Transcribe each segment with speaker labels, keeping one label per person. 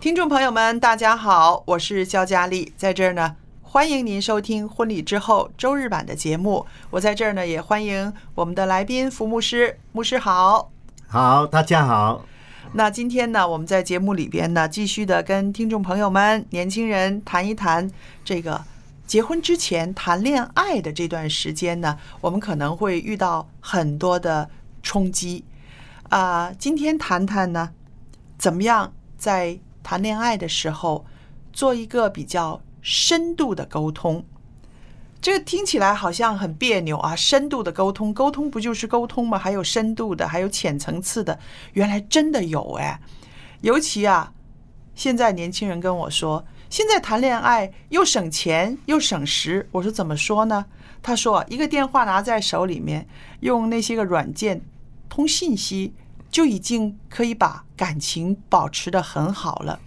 Speaker 1: 听众朋友们，大家好，我是肖佳丽，在这儿呢，欢迎您收听《婚礼之后》周日版的节目。我在这儿呢，也欢迎我们的来宾福牧师，牧师好。
Speaker 2: 好，大家好，
Speaker 1: 那今天呢，我们在节目里边呢，继续的跟听众朋友们、年轻人谈一谈这个结婚之前谈恋爱的这段时间呢，我们可能会遇到很多的冲击。啊、今天谈谈呢，怎么样在谈恋爱的时候做一个比较深度的沟通。这个听起来好像很别扭啊，深度的沟通，沟通不就是沟通吗？还有深度的，还有浅层次的，原来真的有哎。尤其啊，现在年轻人跟我说，现在谈恋爱又省钱又省时，我说怎么说呢？他说一个电话拿在手里面，用那些个软件通信息，就已经可以把感情保持的很好了。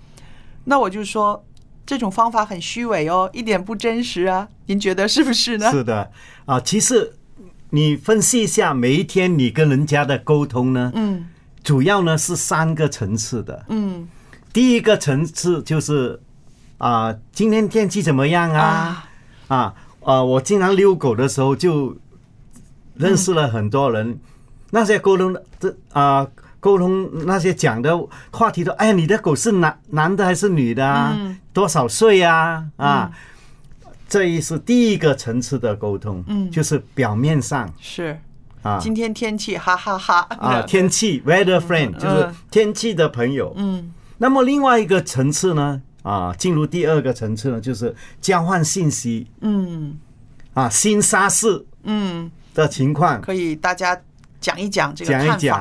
Speaker 1: 那我就说。这种方法很虚伪哦，一点不真实啊！您觉得是不是呢？
Speaker 2: 是的啊，其实你分析一下每一天你跟人家的沟通呢，
Speaker 1: 嗯
Speaker 2: 主要呢是三个层次的。
Speaker 1: 嗯
Speaker 2: 第一个层次就是啊，今天天气怎么样啊？
Speaker 1: 啊，
Speaker 2: 啊啊，我经常遛狗的时候就认识了很多
Speaker 1: 嗯
Speaker 2: 人，那些沟通的这啊。沟通那些讲的话题都，哎，你的狗是男男的还是女的啊？
Speaker 1: 嗯
Speaker 2: 多少岁啊？啊，这一是第一个层次的沟通，
Speaker 1: 嗯
Speaker 2: 就是表面上
Speaker 1: 是。
Speaker 2: 啊
Speaker 1: 今天天气，哈哈哈
Speaker 2: 啊天气 weather friend 就是天气的朋友。
Speaker 1: 嗯
Speaker 2: 那么另外一个层次呢，啊，进入第二个层次呢，就是交换信息
Speaker 1: 嗯
Speaker 2: 啊，新沙士
Speaker 1: 嗯，
Speaker 2: 的情况
Speaker 1: 可以大家讲一讲这个
Speaker 2: 讲一
Speaker 1: 看
Speaker 2: 讲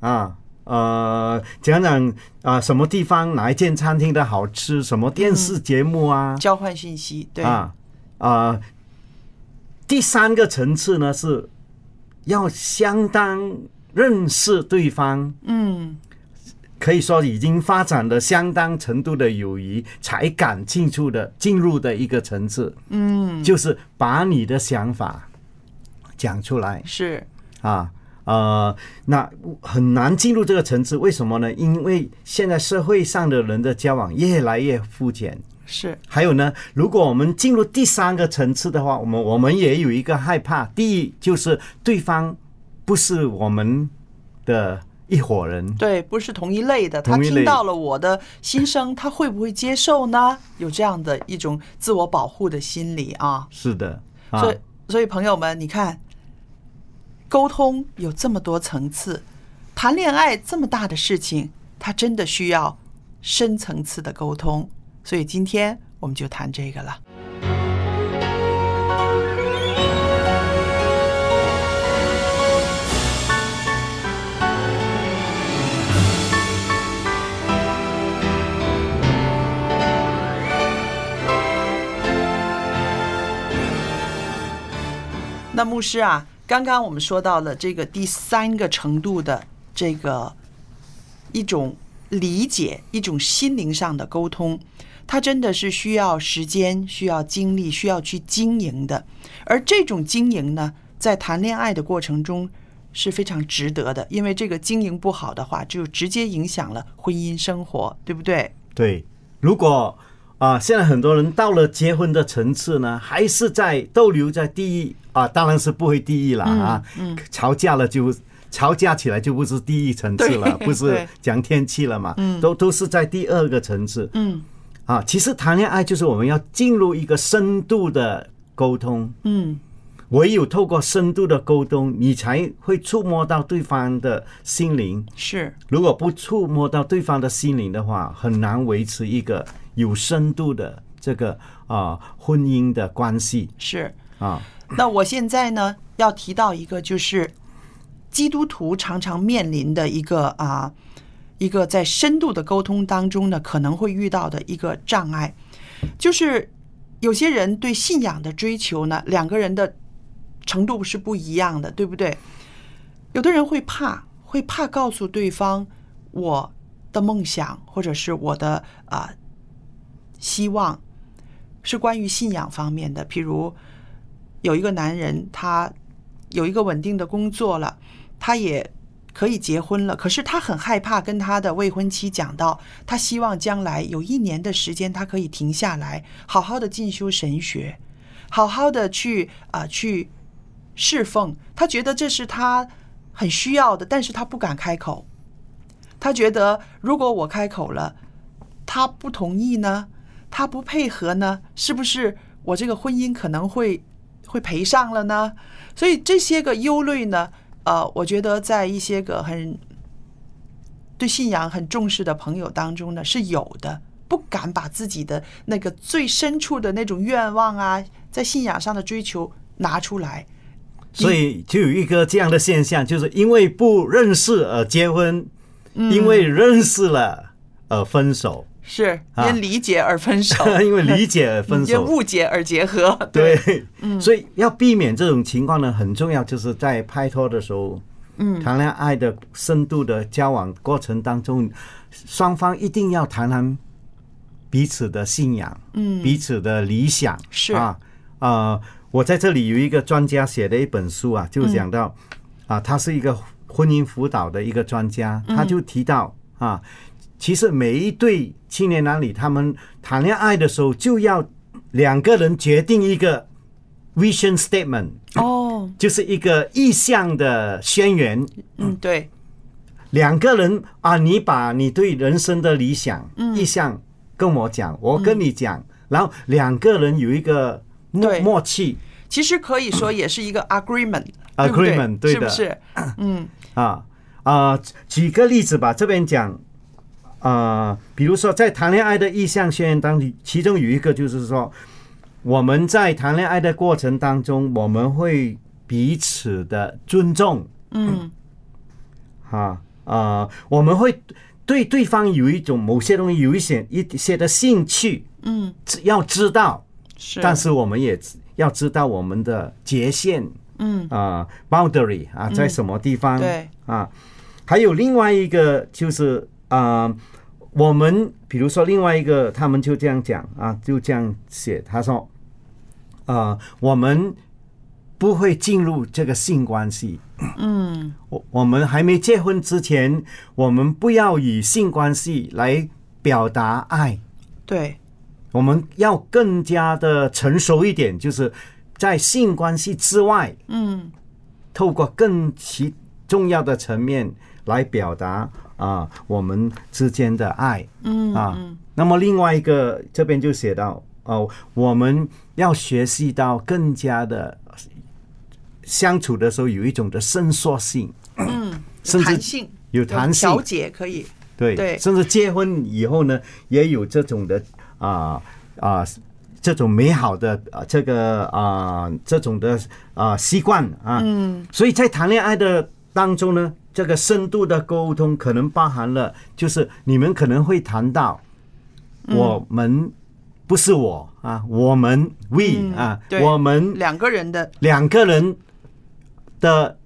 Speaker 1: 法。
Speaker 2: 啊。呃，讲讲啊、什么地方哪一间餐厅的好吃，什么电
Speaker 1: 嗯
Speaker 2: 视节目啊，
Speaker 1: 交换信息，对，
Speaker 2: 啊啊、第三个层次呢是要相当认识对方，
Speaker 1: 嗯
Speaker 2: 可以说已经发展了相当程度的友谊，才敢进出的进入的一个层次，
Speaker 1: 嗯，
Speaker 2: 就是把你的想法讲出来
Speaker 1: 是
Speaker 2: 啊。呃，那很难进入这个层次，为什么呢？因为现在社会上的人的交往越来越肤浅，
Speaker 1: 是，
Speaker 2: 还有呢，如果我们进入第三个层次的话，我们我们也有一个害怕。第一就是对方不是我们的一伙人，
Speaker 1: 对，不是同一类的。他
Speaker 2: 同一类
Speaker 1: 听到了我的心声，他会不会接受呢？有这样的一种自我保护的心理啊。
Speaker 2: 是的，啊
Speaker 1: 所以，所以朋友们，你看，沟通有这么多层次，谈恋爱这么大的事情，它真的需要深层次的沟通。所以今天我们就谈这个了。那牧师啊，刚刚我们说到了这个第三个程度的这个一种理解，一种心灵上的沟通，它真的是需要时间、需要精力、需要去经营的。而这种经营呢，在谈恋爱的过程中是非常值得的，因为这个经营不好的话，就直接影响了婚姻生活，对不对？
Speaker 2: 对，如果啊、现在很多人到了结婚的层次呢，还是在逗留在第一啊，当然是不会第一了啊。嗯，吵架了就吵架起来就不是第一层次了，
Speaker 1: 对
Speaker 2: 不是
Speaker 1: 对
Speaker 2: 讲天气了嘛，嗯，都都是在第二个层次。
Speaker 1: 嗯
Speaker 2: 啊，其实谈恋爱就是我们要进入一个深度的沟通，
Speaker 1: 嗯，
Speaker 2: 唯有透过深度的沟通，你才会触摸到对方的心灵。
Speaker 1: 是
Speaker 2: 如果不触摸到对方的心灵的话，很难维持一个有深度的这个啊、婚姻的关系
Speaker 1: 是。
Speaker 2: 啊。
Speaker 1: 那我现在呢要提到一个，就是基督徒常常面临的一个啊，一个在深度的沟通当中呢，可能会遇到的一个障碍，就是有些人对信仰的追求呢，两个人的程度是不一样的，对不对？有的人会怕，会怕告诉对方我的梦想或者是我的啊、希望，是关于信仰方面的，譬如有一个男人，他有一个稳定的工作了，他也可以结婚了，可是他很害怕跟他的未婚妻讲到，他希望将来有一年的时间，他可以停下来，好好的进修神学，好好的去啊、去侍奉，他觉得这是他很需要的，但是他不敢开口，他觉得如果我开口了，他不同意呢，他不配合呢，是不是我这个婚姻可能会会赔上了呢？所以这些个忧虑呢，呃，我觉得在一些个很对信仰很重视的朋友当中呢是有的，不敢把自己的那个最深处的那种愿望啊，在信仰上的追求拿出来。
Speaker 2: 所以就有一个这样的现象，就是因为不认识而结婚，因为认识了而分手，
Speaker 1: 是
Speaker 2: 啊
Speaker 1: 因理解而分手，
Speaker 2: 因为理解而 分
Speaker 1: 因
Speaker 2: 手，
Speaker 1: 误解而结合。
Speaker 2: 对，嗯所以要避免这种情况呢，很重要，就是在拍拖的时候，嗯，谈恋爱的深度的交往过程当中，双方一定要谈谈彼此的信仰，嗯，彼此的理想
Speaker 1: 是
Speaker 2: 啊，呃，我在这里有一个专家写的一本书啊，就讲到、啊，他是一个婚姻辅导的一个专家，他就提到啊，其实每一对青年男女，他们谈恋爱的时候就要两个人决定一个 vision statement，
Speaker 1: 哦，
Speaker 2: 就是一个意向的宣言。
Speaker 1: 嗯，对，
Speaker 2: 两个人啊，你把你对人生的理想、
Speaker 1: 嗯
Speaker 2: 意向跟我讲，我跟你讲，然后两个人有一个默
Speaker 1: 对
Speaker 2: 默契
Speaker 1: 其实可以说也是 一个 agreement，对不
Speaker 2: agreement，对
Speaker 1: 是
Speaker 2: 的，
Speaker 1: 不是？嗯，
Speaker 2: 啊啊、呃举个例子吧，这边讲，呃，比如说在谈恋爱的意向宣言当中，其中有一个就是说，我们在谈恋爱的过程当中，我们会彼此的尊重，
Speaker 1: 嗯，
Speaker 2: 啊呃，我们会对对方有一种某些东西有一些一些的兴趣，
Speaker 1: 嗯，
Speaker 2: 要知道，
Speaker 1: 是，
Speaker 2: 但是我们也要知道我们的界限。
Speaker 1: 嗯，
Speaker 2: 啊、b o u n d a r y 啊，在什么地方？
Speaker 1: 对，
Speaker 2: 啊，还有另外一个就是啊、我们比如说另外一个，他们就这样讲啊，就这样写，他说，啊，我们不会进入这个性关系。嗯，我我们还没结婚之前，我们不要以性关系来表达爱。
Speaker 1: 对，
Speaker 2: 我们要更加的成熟一点，就是在性关系之外，
Speaker 1: 嗯，
Speaker 2: 透过更其重要的层面来表达啊、我们之间的爱，嗯啊。那么另外一个这边就写到哦、我们要学习到更加的相处的时候有一种的伸缩性，甚至
Speaker 1: 弹性
Speaker 2: 嗯有弹性
Speaker 1: 调节可以，
Speaker 2: 对，
Speaker 1: 对
Speaker 2: 甚至结婚以后呢，也有这种的啊啊、这种美好的啊、这个啊、这种的啊、习惯啊，嗯，所以在谈恋爱的当中呢，这个深度的沟通可能包含了，就是你们可能会谈到我们、不是我啊，我们 we、啊，
Speaker 1: 对
Speaker 2: 我们
Speaker 1: 两个人的
Speaker 2: 两个人的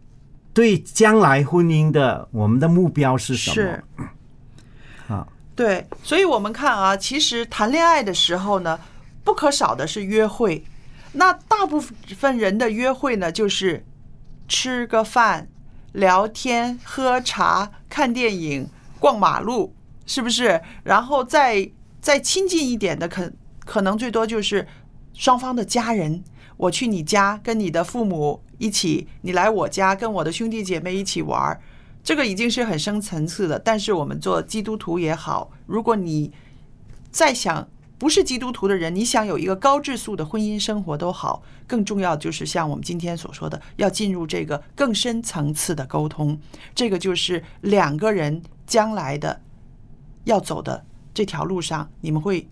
Speaker 2: 对将来婚姻的我们的目标是什么？
Speaker 1: 是
Speaker 2: 啊。
Speaker 1: 对，所以我们看啊，其实谈恋爱的时候呢，不可少的是约会。那大部分人的约会呢，就是吃个饭、聊天、喝茶、看电影、逛马路，是不是？然后再再亲近一点的，可可能最多就是双方的家人，我去你家跟你的父母一起，你来我家跟我的兄弟姐妹一起玩儿，这个已经是很深层次的。但是我们做基督徒也好，如果你再想不是基督徒的人，你想有一个高质素的婚姻生活都好，更重要就是像我们今天所说的，要进入这个更深层次的沟通，这个就是两个人将来的要走的这条路上，你们会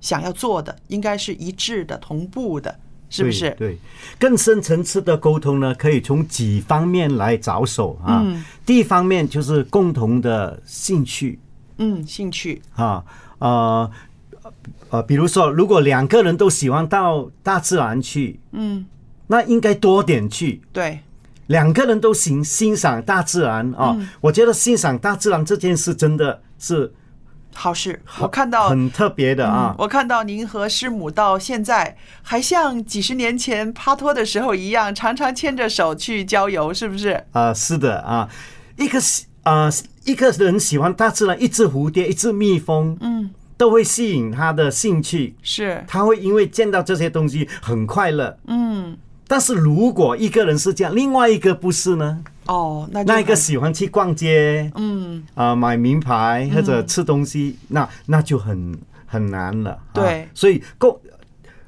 Speaker 1: 想要做的应该是一致的、同步的，是不是？
Speaker 2: 对，对更深层次的沟通呢，可以从几方面来着手啊。
Speaker 1: 嗯
Speaker 2: 第一方面就是共同的兴趣
Speaker 1: 嗯，兴趣，
Speaker 2: 啊，呃呃，比如说，如果两个人都喜欢到大自然去，
Speaker 1: 嗯，
Speaker 2: 那应该多点去。
Speaker 1: 对，
Speaker 2: 两个人都欣欣赏大自然啊，
Speaker 1: 嗯
Speaker 2: 我觉得欣赏大自然这件事真的是
Speaker 1: 好事。我看到
Speaker 2: 很特别的啊。
Speaker 1: 我看到您和师母到现在还像几十年前帕托的时候一样，常常牵着手去郊游，是不是？
Speaker 2: 啊、是的啊，一个喜啊、一个人喜欢大自然，一只蝴蝶，一只蜜蜂，嗯，都会吸引他的兴趣，
Speaker 1: 是，
Speaker 2: 他会因为见到这些东西很快乐，嗯。但是如果一个人是这样，另外一个不是呢？
Speaker 1: 哦，那就
Speaker 2: 那一个
Speaker 1: 很
Speaker 2: 喜欢去逛街，嗯，啊、买名牌或
Speaker 1: 嗯
Speaker 2: 者吃东西，那那就很很难了。啊
Speaker 1: 对
Speaker 2: 所以沟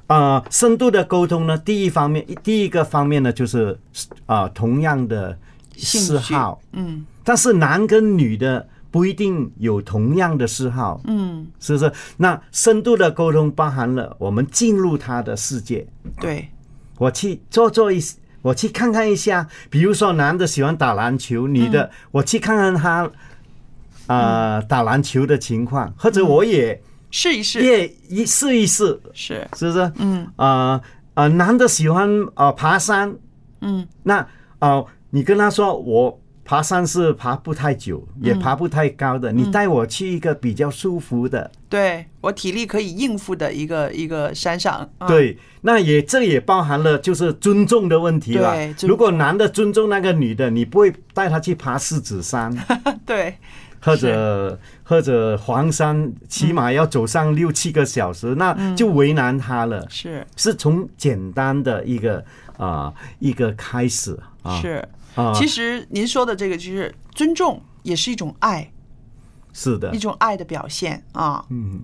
Speaker 2: 啊、深度的沟通呢，第一方面，第一个方面呢，就是啊、同样的
Speaker 1: 兴
Speaker 2: 嗜
Speaker 1: 趣
Speaker 2: 好，
Speaker 1: 嗯
Speaker 2: 但是男跟女的不一定有同样的嗜好，
Speaker 1: 嗯，
Speaker 2: 是不是？那深度的沟通包含了我们进入他的世界，
Speaker 1: 对，
Speaker 2: 我去做做一，我去看看一下，比如说男的喜欢打篮球，女的、我去看看他。啊、打篮球的情况，或者我也
Speaker 1: 试一试，
Speaker 2: 也一试一试，
Speaker 1: 是，
Speaker 2: 是不是？
Speaker 1: 嗯
Speaker 2: 啊啊，男的喜欢啊爬山，
Speaker 1: 嗯，
Speaker 2: 那啊、你跟他说我爬山是爬不太久，也爬不太高的，你带我去一个比较舒服的，
Speaker 1: 对我体力可以应付的一个一个山上，嗯，
Speaker 2: 对，那也这也包含了就是尊重的问题了
Speaker 1: 对。尊
Speaker 2: 如果男的尊重那个女的，你不会带她去爬狮 子山
Speaker 1: 对，
Speaker 2: 或者或者黄山，起码要走上六七个小时，
Speaker 1: 嗯
Speaker 2: 那就为难她了。
Speaker 1: 是
Speaker 2: 是从简单的一个啊、一个开始啊，
Speaker 1: 是。
Speaker 2: 啊
Speaker 1: 其实您说的这个就是尊重，也是一种爱，
Speaker 2: 是的
Speaker 1: 一。种爱的表现啊。
Speaker 2: 嗯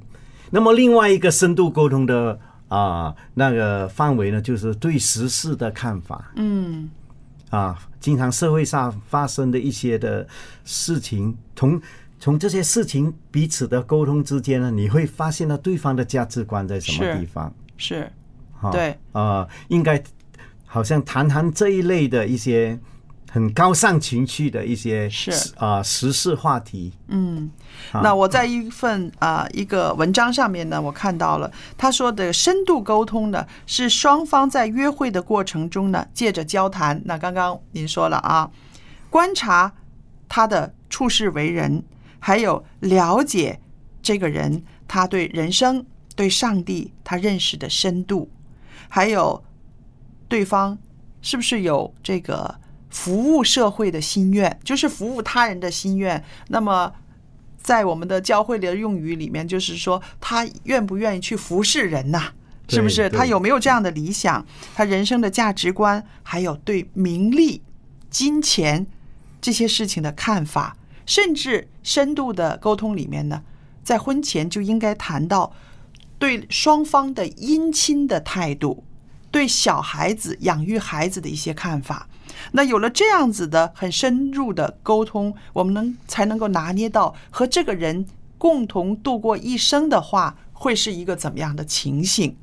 Speaker 2: 那么另外一个深度沟通的啊、那个范围呢，就是对时事的看法。嗯，啊，经常社会上发生的一些的事情，从从这些事情彼此的沟通之间呢，你会发现到对方的价值观在什么
Speaker 1: 是
Speaker 2: 地方。
Speaker 1: 是，
Speaker 2: 哈
Speaker 1: 对，
Speaker 2: 啊，应该好像谈谈这一类的一些很高尚情趣的一些
Speaker 1: 是
Speaker 2: 啊、时事话题。
Speaker 1: 嗯，
Speaker 2: 啊
Speaker 1: 那我在一份啊、呃一个文章上面呢，我看到了他说的深度沟通呢，是双方在约会的过程中呢，借着交谈，那刚刚您说了啊，观察他的处世为人，还有了解这个人他对人生、对上帝他认识的深度，还有对方是不是有这个服务社会的心愿，就是服务他人的心愿。那么，在我们的教会里的用语里面，就是说他愿不愿意去服侍人呐、
Speaker 2: 对
Speaker 1: 是不是？
Speaker 2: 对
Speaker 1: 他有没有这样的理想？他人生的价值观，还有对名利、金钱这些事情的看法，甚至深度的沟通里面呢，在婚前就应该谈到对双方的姻亲的态度，对小孩子养育孩子的一些看法。那有了这样子的很深入的沟通，我们能才能够拿捏到和这个人共同度过一生的话，会是一个怎么样的情形？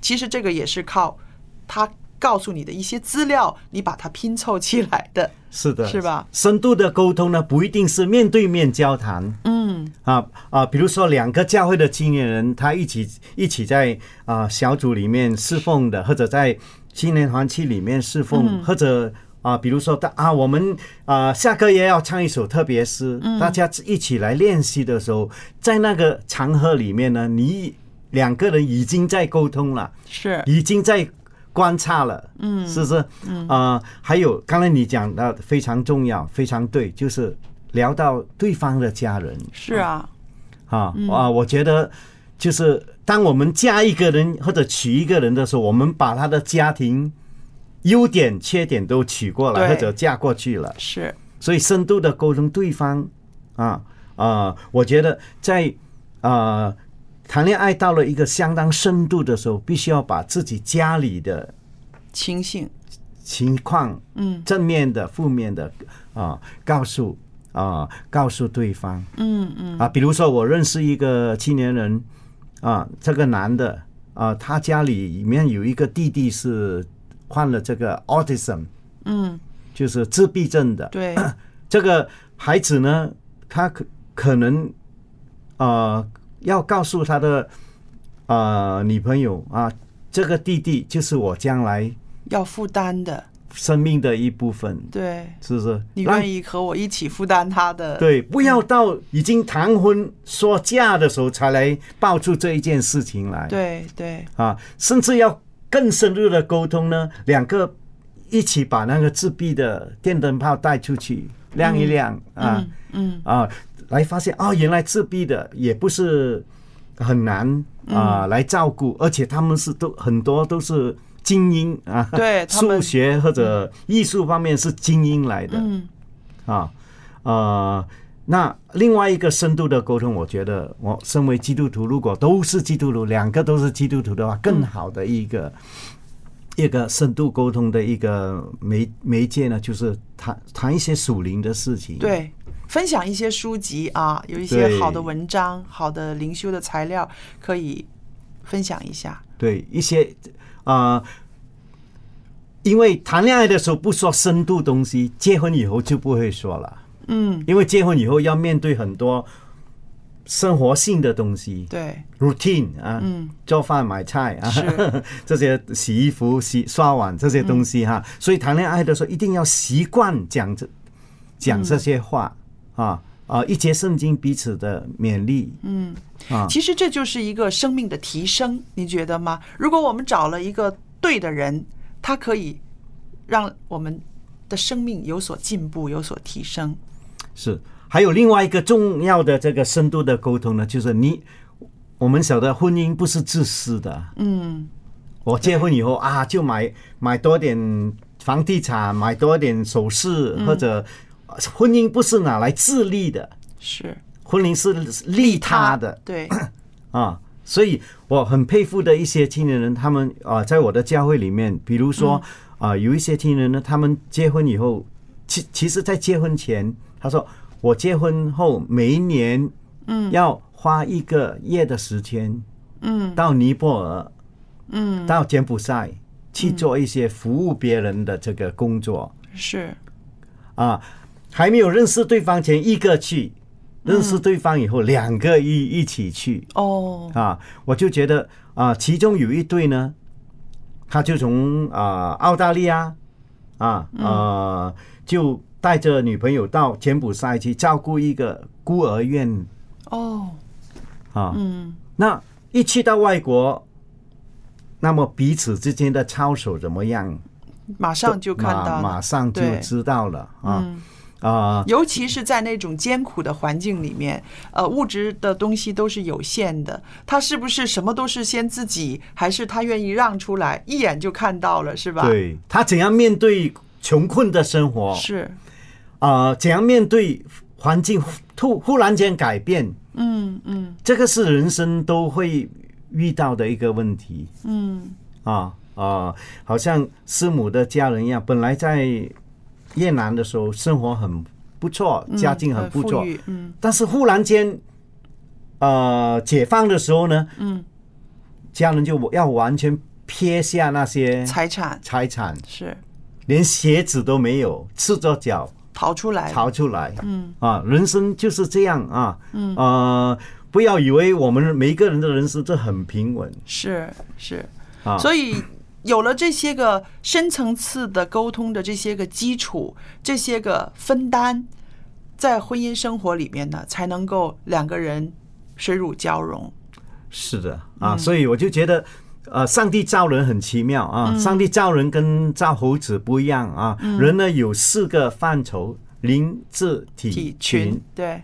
Speaker 1: 其实这个也是靠他告诉你的一些资料，你把它拼凑起来的。
Speaker 2: 是的，
Speaker 1: 是吧？
Speaker 2: 深度的沟通呢，不一定是面对面交谈。嗯，啊啊，比如说两个教会的青年人，他一起一起在啊、小组里面侍奉的，或者在青年团契里面侍奉，或者啊，比如说大啊，我们啊下个月要唱一首特别诗，大家一起来练习的时候，在那个场合里面呢，你两个人已经在沟通了，
Speaker 1: 是
Speaker 2: 已经在观察了，嗯，是不是？嗯啊、还有刚才你讲的非常重要，非常对，就是聊到对方的家人
Speaker 1: 是啊，
Speaker 2: 啊啊，我觉得就是当我们嫁一个人或者娶一个人的时候，我们把他的家庭优点、缺点都娶过来
Speaker 1: 对
Speaker 2: 或者嫁过去了，
Speaker 1: 是
Speaker 2: 所以深度的沟通对方啊啊，我觉得在啊谈恋爱到了一个相当深度的时候，必须要把自己家里的
Speaker 1: 情形，
Speaker 2: 情况，
Speaker 1: 嗯
Speaker 2: 正面的、负面的啊、告诉啊、告诉对方，
Speaker 1: 嗯嗯，
Speaker 2: 啊，比如说我认识一个青年人，啊，这个男的啊，他家里里面有一个弟弟是患了这个 autism，
Speaker 1: 嗯，
Speaker 2: 就是自闭症的。
Speaker 1: 对，
Speaker 2: 这个孩子呢，他可可能呃要告诉他的呃女朋友啊，这个弟弟就是我将来
Speaker 1: 要负担的，
Speaker 2: 生命的一部分，
Speaker 1: 对
Speaker 2: 是不是？
Speaker 1: 你
Speaker 2: 让
Speaker 1: 愿意和我一起负担他的，
Speaker 2: 对，不要到已经谈婚说嫁的时候才来爆出这一件事情来。
Speaker 1: 对对
Speaker 2: 啊，甚至要更深入的沟通呢，两个一起把那个自闭的电灯泡带出去亮一亮、啊、
Speaker 1: 嗯
Speaker 2: 啊，来发现哦，原来自闭的也不是很难
Speaker 1: 嗯
Speaker 2: 啊、来照顾，而且他们是都很多都是精英啊，
Speaker 1: 对他们
Speaker 2: 数学或者艺术方面是精英来的，
Speaker 1: 嗯，
Speaker 2: 啊，呃，那另外一个深度的沟通，我觉得我身为基督徒，如果都是基督徒，两个都是基督徒的话，更好的一个、一个深度沟通的一个媒媒介呢，就是谈谈一些属灵的事情。
Speaker 1: 对，分享一些书籍啊，有一些
Speaker 2: 对
Speaker 1: 好的文章、好的灵修的材料可以分享一下，
Speaker 2: 对，一些啊。呃因为谈恋爱的时候不说深度东西，结婚以后就不会说了。
Speaker 1: 嗯，
Speaker 2: 因为结婚以后要面对很多生活性的东西，
Speaker 1: 对
Speaker 2: routine 啊，
Speaker 1: 嗯
Speaker 2: 做饭、买菜啊
Speaker 1: 是，
Speaker 2: 这些洗衣服、洗刷碗这些东西哈、
Speaker 1: 嗯
Speaker 2: 所以谈恋爱的时候一定要习惯讲这讲这些话、
Speaker 1: 嗯
Speaker 2: 啊啊，一节圣经彼此的勉励，嗯啊，
Speaker 1: 其实这就是一个生命的提升，你觉得吗？如果我们找了一个对的人，他可以让我们的生命有所进步、有所提升。
Speaker 2: 是。还有另外一个重要的这个深度的沟通呢，就是你我们晓得婚姻不是自私的，
Speaker 1: 嗯，
Speaker 2: 我结婚以后啊，就买买多点房地产，买多点首饰，
Speaker 1: 嗯
Speaker 2: 或者呃婚姻不是拿来自利的。
Speaker 1: 是
Speaker 2: 婚龄是利他的
Speaker 1: 对，
Speaker 2: 啊，所以我很佩服的一些青年人，他们啊、在我的教会里面，比如说啊、有一些青年人呢，他们结婚以后，其其实，在结婚前，他说我结婚后每一年，嗯，要花一个月的时间，
Speaker 1: 嗯
Speaker 2: 到尼泊尔，
Speaker 1: 嗯，
Speaker 2: 到柬埔寨去做一些服务别人的这个工作，
Speaker 1: 是
Speaker 2: 啊，还没有认识对方前一个去，认识对方以后两个一一起去
Speaker 1: 哦，
Speaker 2: 啊，我就觉得啊，其中有一对呢，他就从啊澳大利亚啊
Speaker 1: 嗯
Speaker 2: 呃就带着女朋友到柬埔寨去照顾一个孤儿院
Speaker 1: 哦，
Speaker 2: 啊，
Speaker 1: 嗯，
Speaker 2: 那一去到外国。那么彼此之间的操守怎么样？
Speaker 1: 马上就看到了
Speaker 2: 马马上就
Speaker 1: 对
Speaker 2: 知道了啊
Speaker 1: 嗯
Speaker 2: 啊！
Speaker 1: 尤其是在那种艰苦的环境里面，呃，物质的东西都是有限的。他是不是什么都是先自己，还是他愿意让出来？一眼就看到了，是吧？，
Speaker 2: 对他怎样面对穷困的生活
Speaker 1: 是，
Speaker 2: 啊、怎样面对环境忽突忽然间改变，
Speaker 1: 嗯嗯
Speaker 2: 这个是人生都会遇到的一个问题
Speaker 1: 嗯，
Speaker 2: 啊啊，好像师母的家人一样，本来在越南的时候生活很不错，
Speaker 1: 嗯
Speaker 2: 家境很
Speaker 1: 呃
Speaker 2: 不
Speaker 1: 富
Speaker 2: 错，
Speaker 1: 裕嗯
Speaker 2: 但是忽然间，呃，解放的时候呢，
Speaker 1: 嗯，
Speaker 2: 家人就要完全撇下那些
Speaker 1: 财产
Speaker 2: 财产，
Speaker 1: 是
Speaker 2: 连鞋子都没有，赤着脚。
Speaker 1: 逃出来了，
Speaker 2: 逃出来。
Speaker 1: 嗯
Speaker 2: 啊，人生就是这样啊。嗯呃，不要以为我们每一个人的人生都很平稳
Speaker 1: 是是，
Speaker 2: 啊。
Speaker 1: 所
Speaker 2: 以
Speaker 1: 以有了这些个深层次的沟通的这些个基础，这些个分担，在婚姻生活里面呢，才能够两个人水乳交融。
Speaker 2: 是的
Speaker 1: 嗯
Speaker 2: 啊，所以我就觉得，呃，上帝造人很奇妙
Speaker 1: 嗯
Speaker 2: 啊，上帝造人跟造猴子不一样啊，人呢有四个范畴：灵、智、体
Speaker 1: 体、
Speaker 2: 群
Speaker 1: 群对，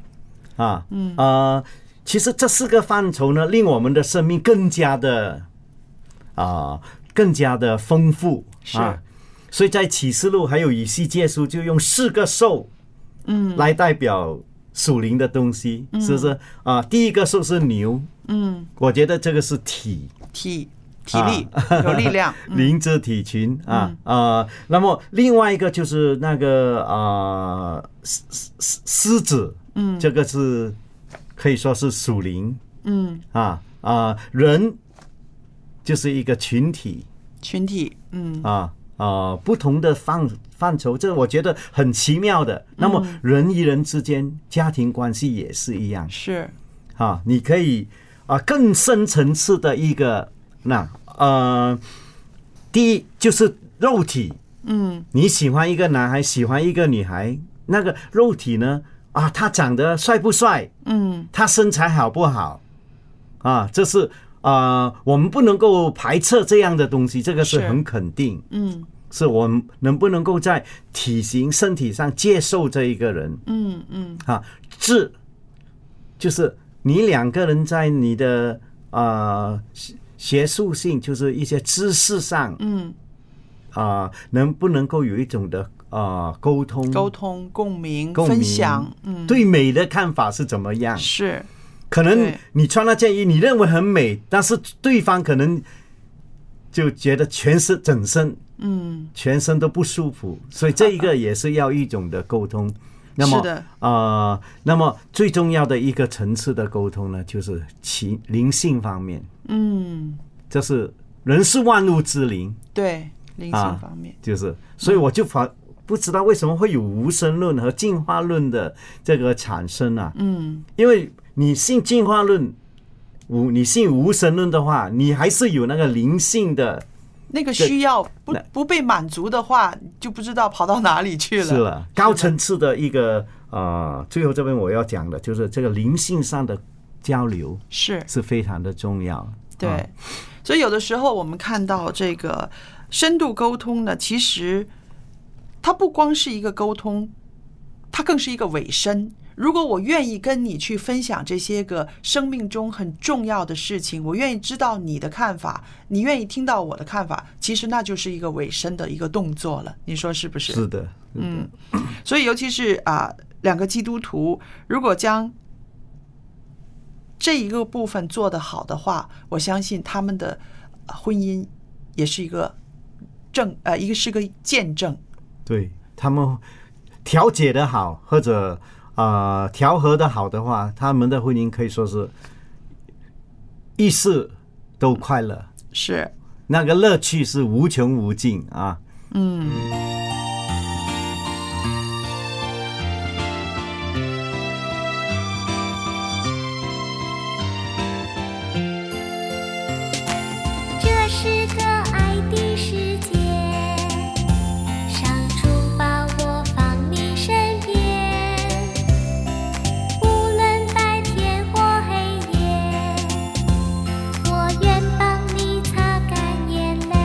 Speaker 2: 啊，嗯呃，其实这四个范畴呢，令我们的生命更加的啊、更加的丰富啊。所以在启示录还有以西结书，就用四个兽，嗯，来代表属灵的东西，是不是啊、第一个兽是牛，嗯，我觉得这个是体，
Speaker 1: 体体
Speaker 2: 啊
Speaker 1: 力、有力量，
Speaker 2: 灵之体群啊
Speaker 1: 嗯
Speaker 2: 啊、呃那么另外一个就是那个啊、呃、狮狮狮子，嗯，这个是可以说是属灵
Speaker 1: 嗯，
Speaker 2: 啊啊、人就是一个群体
Speaker 1: 群体，嗯
Speaker 2: 啊啊、不同的范范畴，这我觉得很奇妙的。那么
Speaker 1: 嗯
Speaker 2: 人与人之间家庭关系也是一样
Speaker 1: 是，
Speaker 2: 啊，你可以啊、更深层次的一个那呃，第一就是肉体，
Speaker 1: 嗯
Speaker 2: 你喜欢一个男孩，喜欢一个女孩，那个肉体呢啊，他长得帅不帅，
Speaker 1: 嗯
Speaker 2: 他身材好不好啊，这是啊，我们不能够排斥这样的东西，这个是
Speaker 1: 是
Speaker 2: 很肯定。
Speaker 1: 嗯
Speaker 2: 是我们能不能够在体型、身体上接受这一个人，
Speaker 1: 嗯嗯
Speaker 2: 啊，智就是你两个人在你的呃学学术性，就是一些知识上
Speaker 1: 嗯，
Speaker 2: 啊、能不能够有一种的啊沟通？
Speaker 1: 沟通、共鸣、
Speaker 2: 共
Speaker 1: 分
Speaker 2: 鸣
Speaker 1: 享，嗯，
Speaker 2: 对美的看法是怎么样？
Speaker 1: 是，
Speaker 2: 可能
Speaker 1: 对
Speaker 2: 你穿那件衣，你认为很美，但是对方可能就觉得全身整身
Speaker 1: 嗯
Speaker 2: 全身都不舒服，所以这一个也是要一种的沟通。那么
Speaker 1: 是的
Speaker 2: 呃，那么最重要的一个层次的沟通呢，就是其灵性方面，
Speaker 1: 嗯，
Speaker 2: 这是人是万物之灵，
Speaker 1: 对，灵
Speaker 2: 啊
Speaker 1: 性方面，
Speaker 2: 就是，所以我就发不知道为什么会有无神论和进化论的这个产生啊，
Speaker 1: 嗯
Speaker 2: 因为你信进化论，无你信无神论的话，你还是有那个灵性的，
Speaker 1: 那个需要不
Speaker 2: 那
Speaker 1: 不被满足的话，就不知道跑到哪里去了。
Speaker 2: 是了，高层次的一个呃，最后这边我要讲的就是这个灵性上的交流
Speaker 1: 是
Speaker 2: 是非常的重要。啊
Speaker 1: 对，所以有的时候我们看到这个深度沟通呢，其实它不光是一个沟通，它更是一个委身。如果我愿意跟你去分享这些个生命中很重要的事情，我愿意知道你的看法，你愿意听到我的看法，其实那就是一个委身的一个动作了。你说是不是？
Speaker 2: 是的，嗯，
Speaker 1: 所以，尤其是啊，两个基督徒如果将这一个部分做得好的话，我相信他们的呃婚姻也是一个证，呃，一个是个见证。
Speaker 2: 对他们调解的好或者呃调和的好的话，他们的婚姻可以说是一世都快乐，
Speaker 1: 是，
Speaker 2: 那个乐趣是无穷无尽啊。
Speaker 3: 这是个爱的世界，上主把我放你身边，无论白天或黑夜，我愿帮你擦干眼泪。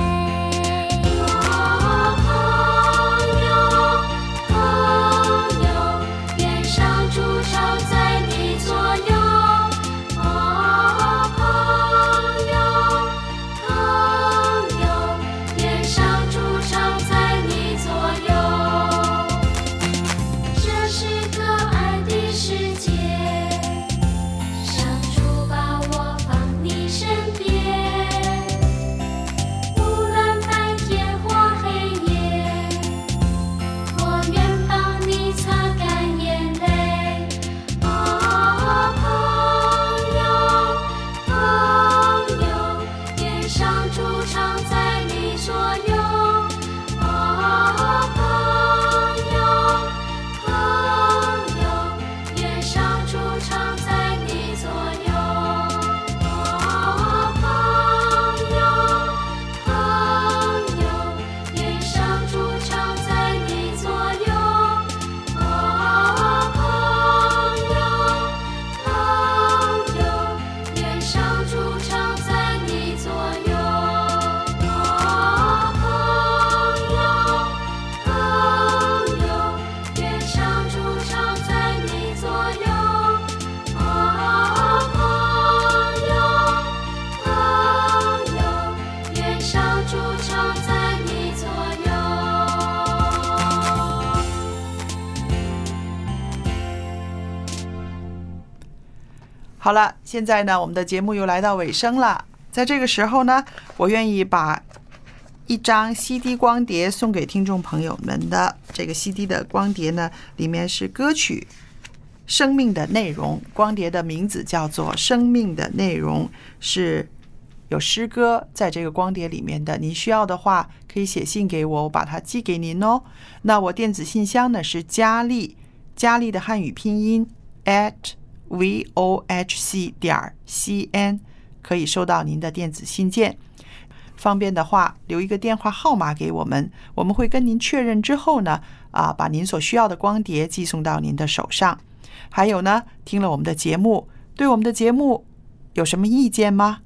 Speaker 1: 好了，现在呢，我们的节目又来到尾声了。在这个时候呢，我愿意把一张 CD 光碟送给听众朋友们的。这个 CD 的光碟呢，里面是歌曲《生命的内容》，光碟的名字叫做《生命的内容》，是有诗歌在这个光碟里面的。您需要的话，可以写信给我，我把它寄给您哦。那我电子信箱呢是佳丽，佳丽的汉语拼音 at v o h c 点儿 c n，可以收到您的电子信件。方便的话，留一个电话号码给我们，我们会跟您确认之后呢，啊，把您所需要的光碟寄送到您的手上。还有呢，听了我们的节目，对我们的节目有什么意见吗？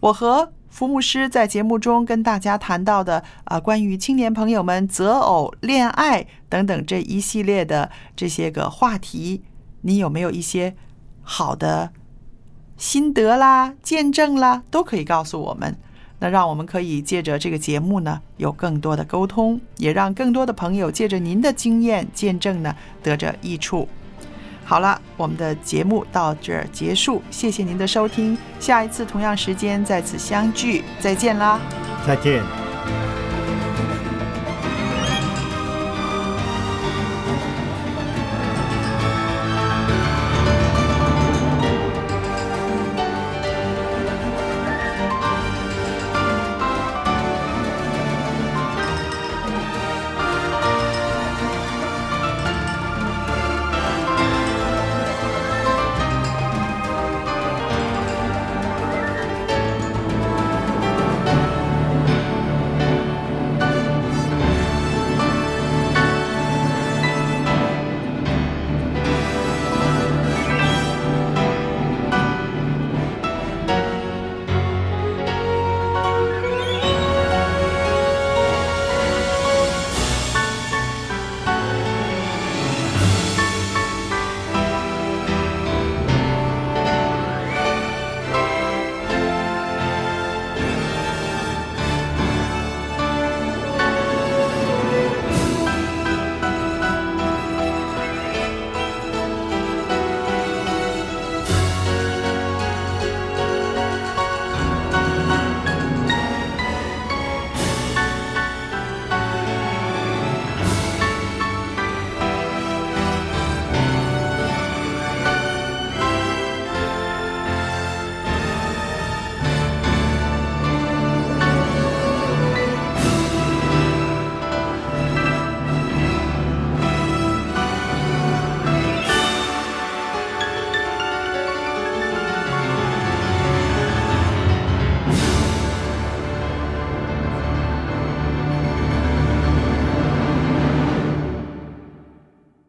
Speaker 1: 我和福牧师在节目中跟大家谈到的啊、关于青年朋友们择偶、恋爱等等这一系列的呃这些个话题，你有没有一些好的心得啦、见证啦，都可以告诉我们。那让我们可以借着这个节目呢，有更多的沟通，也让更多的朋友借着您的经验见证呢，得着益处。好了，我们的节目到这儿结束，谢谢您的收听，下一次同样时间再次相聚，再见啦。
Speaker 2: 再见。